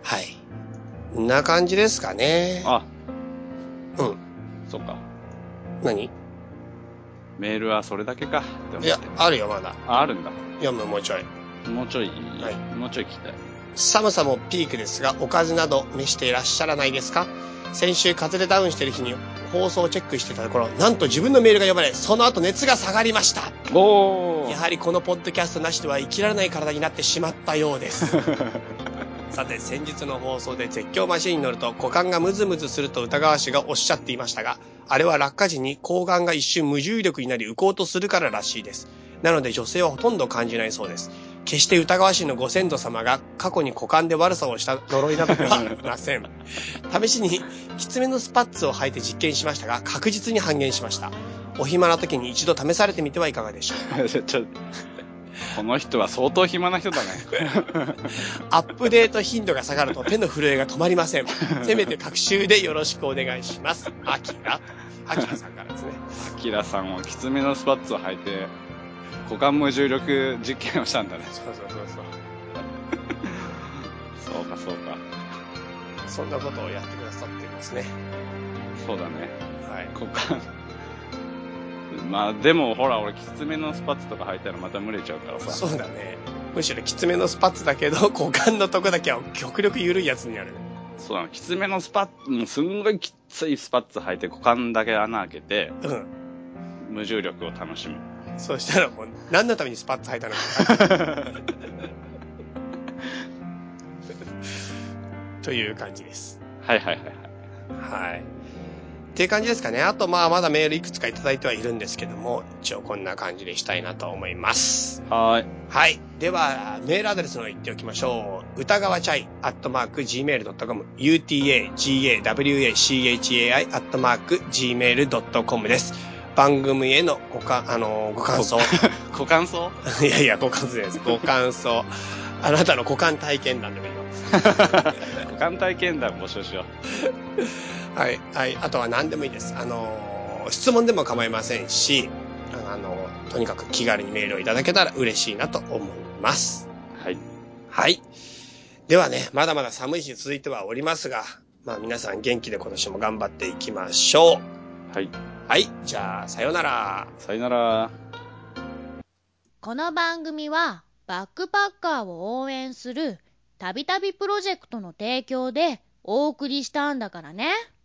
B: はい。こんな感じですかね。
C: あ、
B: うん。
C: そっか。
B: 何い
C: メールはそれだけかって思って。
B: や、あるよ、まだ。
C: あ、あるんだ。
B: 読む、もうちょい。
C: もうちょい、
B: はい
C: もうちょい聞きたい。
B: 寒さもピークですが、おかずなど召していらっしゃらないですか先週風邪でダウンしてる日に放送をチェックしてたところ、なんと自分のメールが呼ばれ、その後熱が下がりました。
C: お
B: やはりこのポッドキャストなしでは生きられない体になってしまったようです。さて、先日の放送で絶叫マシンに乗ると股間がムズムズすると疑わしがおっしゃっていましたが、あれは落下時に睾丸が一瞬無重力になり浮こうとするかららしいです。なので女性はほとんど感じないそうです。決して疑わしいのご先祖様が過去に股間で悪さをした呪いなどではありません。試しに、きつめのスパッツを履いて実験しましたが、確実に半減しました。お暇な時に一度試されてみてはいかがでしょうか
C: ちょ、ちょ、この人は相当暇な人 だね。
B: アップデート頻度が下がると手の震えが止まりませ ん。せめて各週でよろしくお願いします。アキラ。アキラさんからですね。
C: アキラさんはきつめのスパッツを履いて、股間無重力実験をしたんだね。
B: そうそうそうそう。
C: そうか、そうか。
B: そんなことをやってくださっていますね。
C: そうだね。
B: はい。
C: 股間。まあ、でもほら、俺、きつめのスパッツとか履いたらまた蒸れちゃうからさ。
B: そうだね。むしろきつめのスパッツだけど、股間のとこだけは極力緩いやつになる。
C: そうだね。きつめのスパッツ、もうすんごいきついスパッツ履いて、股間だけ穴開けて、
B: うん。
C: 無重力を楽しむ。
B: そうしたらもう、何のためにスパッツ履いたのか。 という感じです。
C: はいはいはいはい。
B: はい。っていう感じですかね。あと、まあ、まだメールいくつかいただいてはいるんですけども、一応こんな感じでしたいなと思います。
C: はーい。
B: はい。では、メールアドレスの方言っておきましょう。歌川チャイ、アットマーク、gmail.com、utagawachai、アットマーク、gmail.com です。番組へのごか、あの、ご感想。
C: 股間層
B: いやいや、ご感想じゃないです。ご感想。あなたの股間体験談でもいいよ。
C: 股間体験談募集しよ
B: はい、はい、あとは何でもいいです。あのー、質問でも構いませんし、あのー、とにかく気軽にメールをいただけたら嬉しいなと思います。
C: う。はい。
B: はい。ではね、まだまだ寒い日続いてはおりますが、まあ皆さん元気で今年も頑張っていきましょ
C: はい。
B: う。はい、じゃあ、さようなら。
C: さよなら。
D: この番組はバックパッカーを応援するたびたびプロジェクトの提供でお送りしたんだからね。